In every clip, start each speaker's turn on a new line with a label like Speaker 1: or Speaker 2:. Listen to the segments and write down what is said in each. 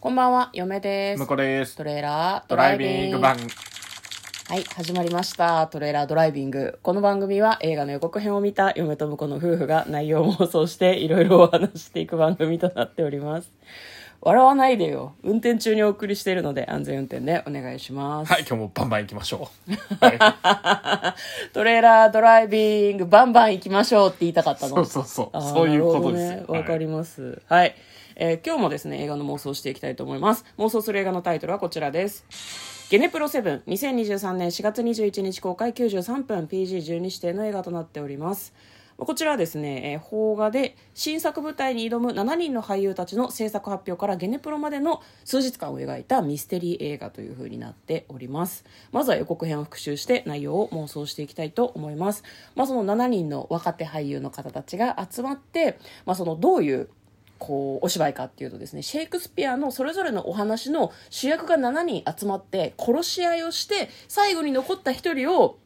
Speaker 1: こんばんは、嫁です
Speaker 2: 向。こうです
Speaker 1: ト。レーラード
Speaker 2: ド
Speaker 1: ラ
Speaker 2: ラ
Speaker 1: イ
Speaker 2: イ
Speaker 1: ビ
Speaker 2: ビ
Speaker 1: ン
Speaker 2: ン
Speaker 1: グ
Speaker 2: グ番。
Speaker 1: はい、始まりました。トレーラードライビング。この番組は映画の予告編を見た嫁と婿の夫婦が内容を妄想していろいろお話していく番組となっております。笑わないでよ。運転中にお送りしているので安全運転でお願いします。
Speaker 2: はい、今日もバンバン行きましょ う。はい、
Speaker 1: トレーラードライビングバンバン行きましょうって言いたかったの。
Speaker 2: そうそうそ
Speaker 1: あ
Speaker 2: う。
Speaker 1: ー
Speaker 2: そういうことで
Speaker 1: な
Speaker 2: す
Speaker 1: る
Speaker 2: よ
Speaker 1: ほ。どねわ、かり
Speaker 2: ま
Speaker 1: ます。はい。えー今日もですね、映画の妄想をしていきたいと思います。妄想する映画のタイトルはこちらです。ゲネプロ7、2023年4月21日公開93分 PG12 指定の映画となっております。こちらはですね、えー邦画で新作舞台に挑む7人の俳優たちの制作発表からゲネプロまでの数日間を描いたミステリー映画という風になっております。まずは予告編を復習して内容を妄想していきたいと思います。まあその7人の若手俳優の方たちが集まって、まあそのどういうこうお芝居かっていうとですねシェイクスピアのそれぞれのお話の主役が7人集まって殺し合いをして最後に残った1人を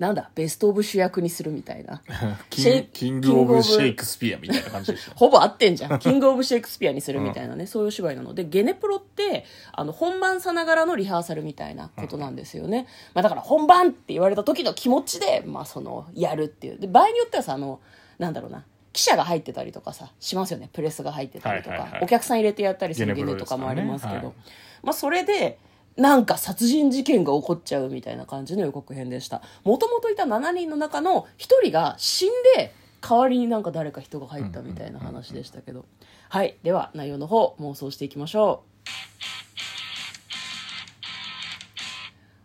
Speaker 1: なんだベスト・オブ主役にするみたいな
Speaker 2: す。
Speaker 1: シェ
Speaker 2: キ
Speaker 1: イ。
Speaker 2: ンキング・オブ・シェイクスピアみたいな感じでしょ
Speaker 1: ほぼ合ってんじゃ ん。キング・オブ・シェイクスピアにするみたいなね、そういうお芝居なので、ゲネプロって、あの、本番さながらのリハーサルみたいなことなんですよね。まあだから、本番って言われた時の気持ちで、まあその、やるっていう。で、場合によってはさ、あの、なんだろうな。記者が入ってたりとかさ、しますよね。プレスが入ってたりとか、
Speaker 2: はいはいはい
Speaker 1: お客さん入れてやったりするゲ
Speaker 2: ゲネプ
Speaker 1: ネ
Speaker 2: ロ
Speaker 1: と
Speaker 2: です
Speaker 1: か
Speaker 2: からね
Speaker 1: もありますけど、
Speaker 2: はい
Speaker 1: まあそれで、なんか殺人事件が起こっちゃうみたいな感じの予告編でした。もともといた7人の中の1人が死んで、代わりになんか誰か人が入ったみたいな話でしたけど。はい。では、内容の方、妄想していきましょう。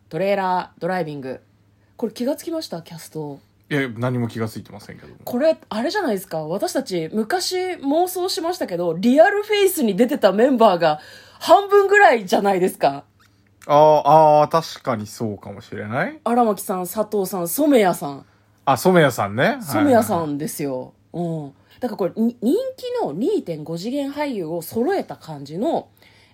Speaker 1: トレーラードライビング。これ気がつきましたキャスト。
Speaker 2: いや、何も気がついてませんけども。
Speaker 1: これ、あれじゃないですか。私たち、昔妄想しましたけど、リアルフェイスに出てたメンバーが、半分ぐらいじゃないですか。
Speaker 2: ああ、ああ、確かにそうかもしれない。
Speaker 1: 荒牧さん、佐藤さん、染谷さん。
Speaker 2: あ、染谷さんね。
Speaker 1: 染谷
Speaker 2: は
Speaker 1: さ
Speaker 2: いはいはい。
Speaker 1: んですよ。うん。だからこれ、に人気の2.5次元俳優を揃えた感じの、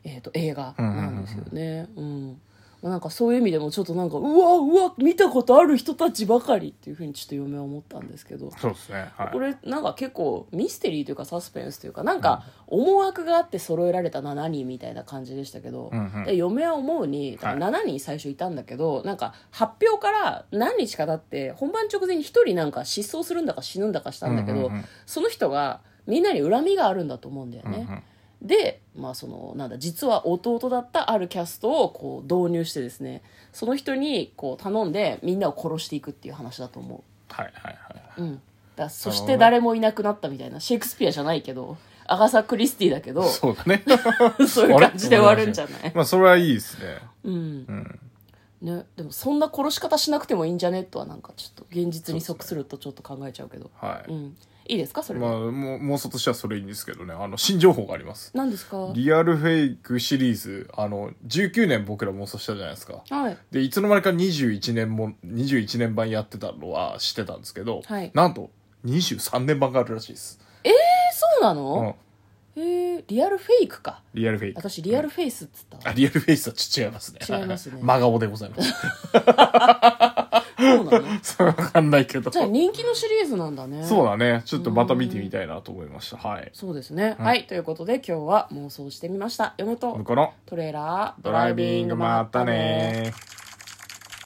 Speaker 1: えっ、と、映画なんですよね。うん。まあ、なんかそういう意味でもちょっとなんか、うわ、うわ、見たことある人たちばかりっていうふうにちょっと嫁は思ったんですけど。
Speaker 2: そうですね。はい
Speaker 1: こ。れなんか結構ミステリーというかサスペンスというかなんか思惑があって揃えられた7人みたいな感じでしたけど、
Speaker 2: うんうん
Speaker 1: で嫁は思うにだから7人最初いたんだけど、なんか発表から何日か経って本番直前に1人なんか失踪するんだか死ぬんだかしたんだけど、
Speaker 2: うんうんうん
Speaker 1: その人がみんなに恨みがあるんだと思うんだよね。
Speaker 2: うんうん
Speaker 1: で、まあ、そのなんだ実は弟だったあるキャストをこう導入してですねその人にこう頼んでみんなを殺していくっていう話だと思う。
Speaker 2: はいはいはい。
Speaker 1: うん、だそして誰もいなくなったみたいなシェイクスピアじゃないけどアガサ・クリスティだけど
Speaker 2: そうだね。
Speaker 1: そういう感じで終わるんじゃない、
Speaker 2: まあ、それはいいですね。
Speaker 1: うん
Speaker 2: うん。
Speaker 1: ね、でもそんな殺し方しなくてもいいんじゃねとはなんかちょっと現実に即するとちょっと考えちゃうけど
Speaker 2: は
Speaker 1: う、ん、いいですかそ
Speaker 2: い。
Speaker 1: れで、
Speaker 2: まあ、もう妄想としてはそれいいんですけどね。あの、新情報があります。
Speaker 1: 何ですかは
Speaker 2: リアルフェイクシリーズ、あの、19年僕ら妄想したじゃないですか。
Speaker 1: い
Speaker 2: で、いつの間にか21年も、21年版やってたのは知ってたんですけど、
Speaker 1: はい
Speaker 2: なんと、23年版があるらしいです。
Speaker 1: えそうな
Speaker 2: う
Speaker 1: の
Speaker 2: ん、。
Speaker 1: へえリアルフェイクか
Speaker 2: リアルフェイク。
Speaker 1: 私リアルフェイスっつった
Speaker 2: あ、リアルフェイスはちょっと違い ますね。
Speaker 1: 違いますね
Speaker 2: はい真顔でございます。
Speaker 1: そうなの
Speaker 2: そうわかんないけど。
Speaker 1: じゃあ
Speaker 2: そ
Speaker 1: 人気のシリーズなんだね
Speaker 2: うだね。ちょっとまた見てみたいなと思いました。はい。
Speaker 1: そうですね、
Speaker 2: うん
Speaker 1: はいということで今日は妄想してみました嫁と
Speaker 2: 向こうの
Speaker 1: トレーラード
Speaker 2: ドライビング、またねー。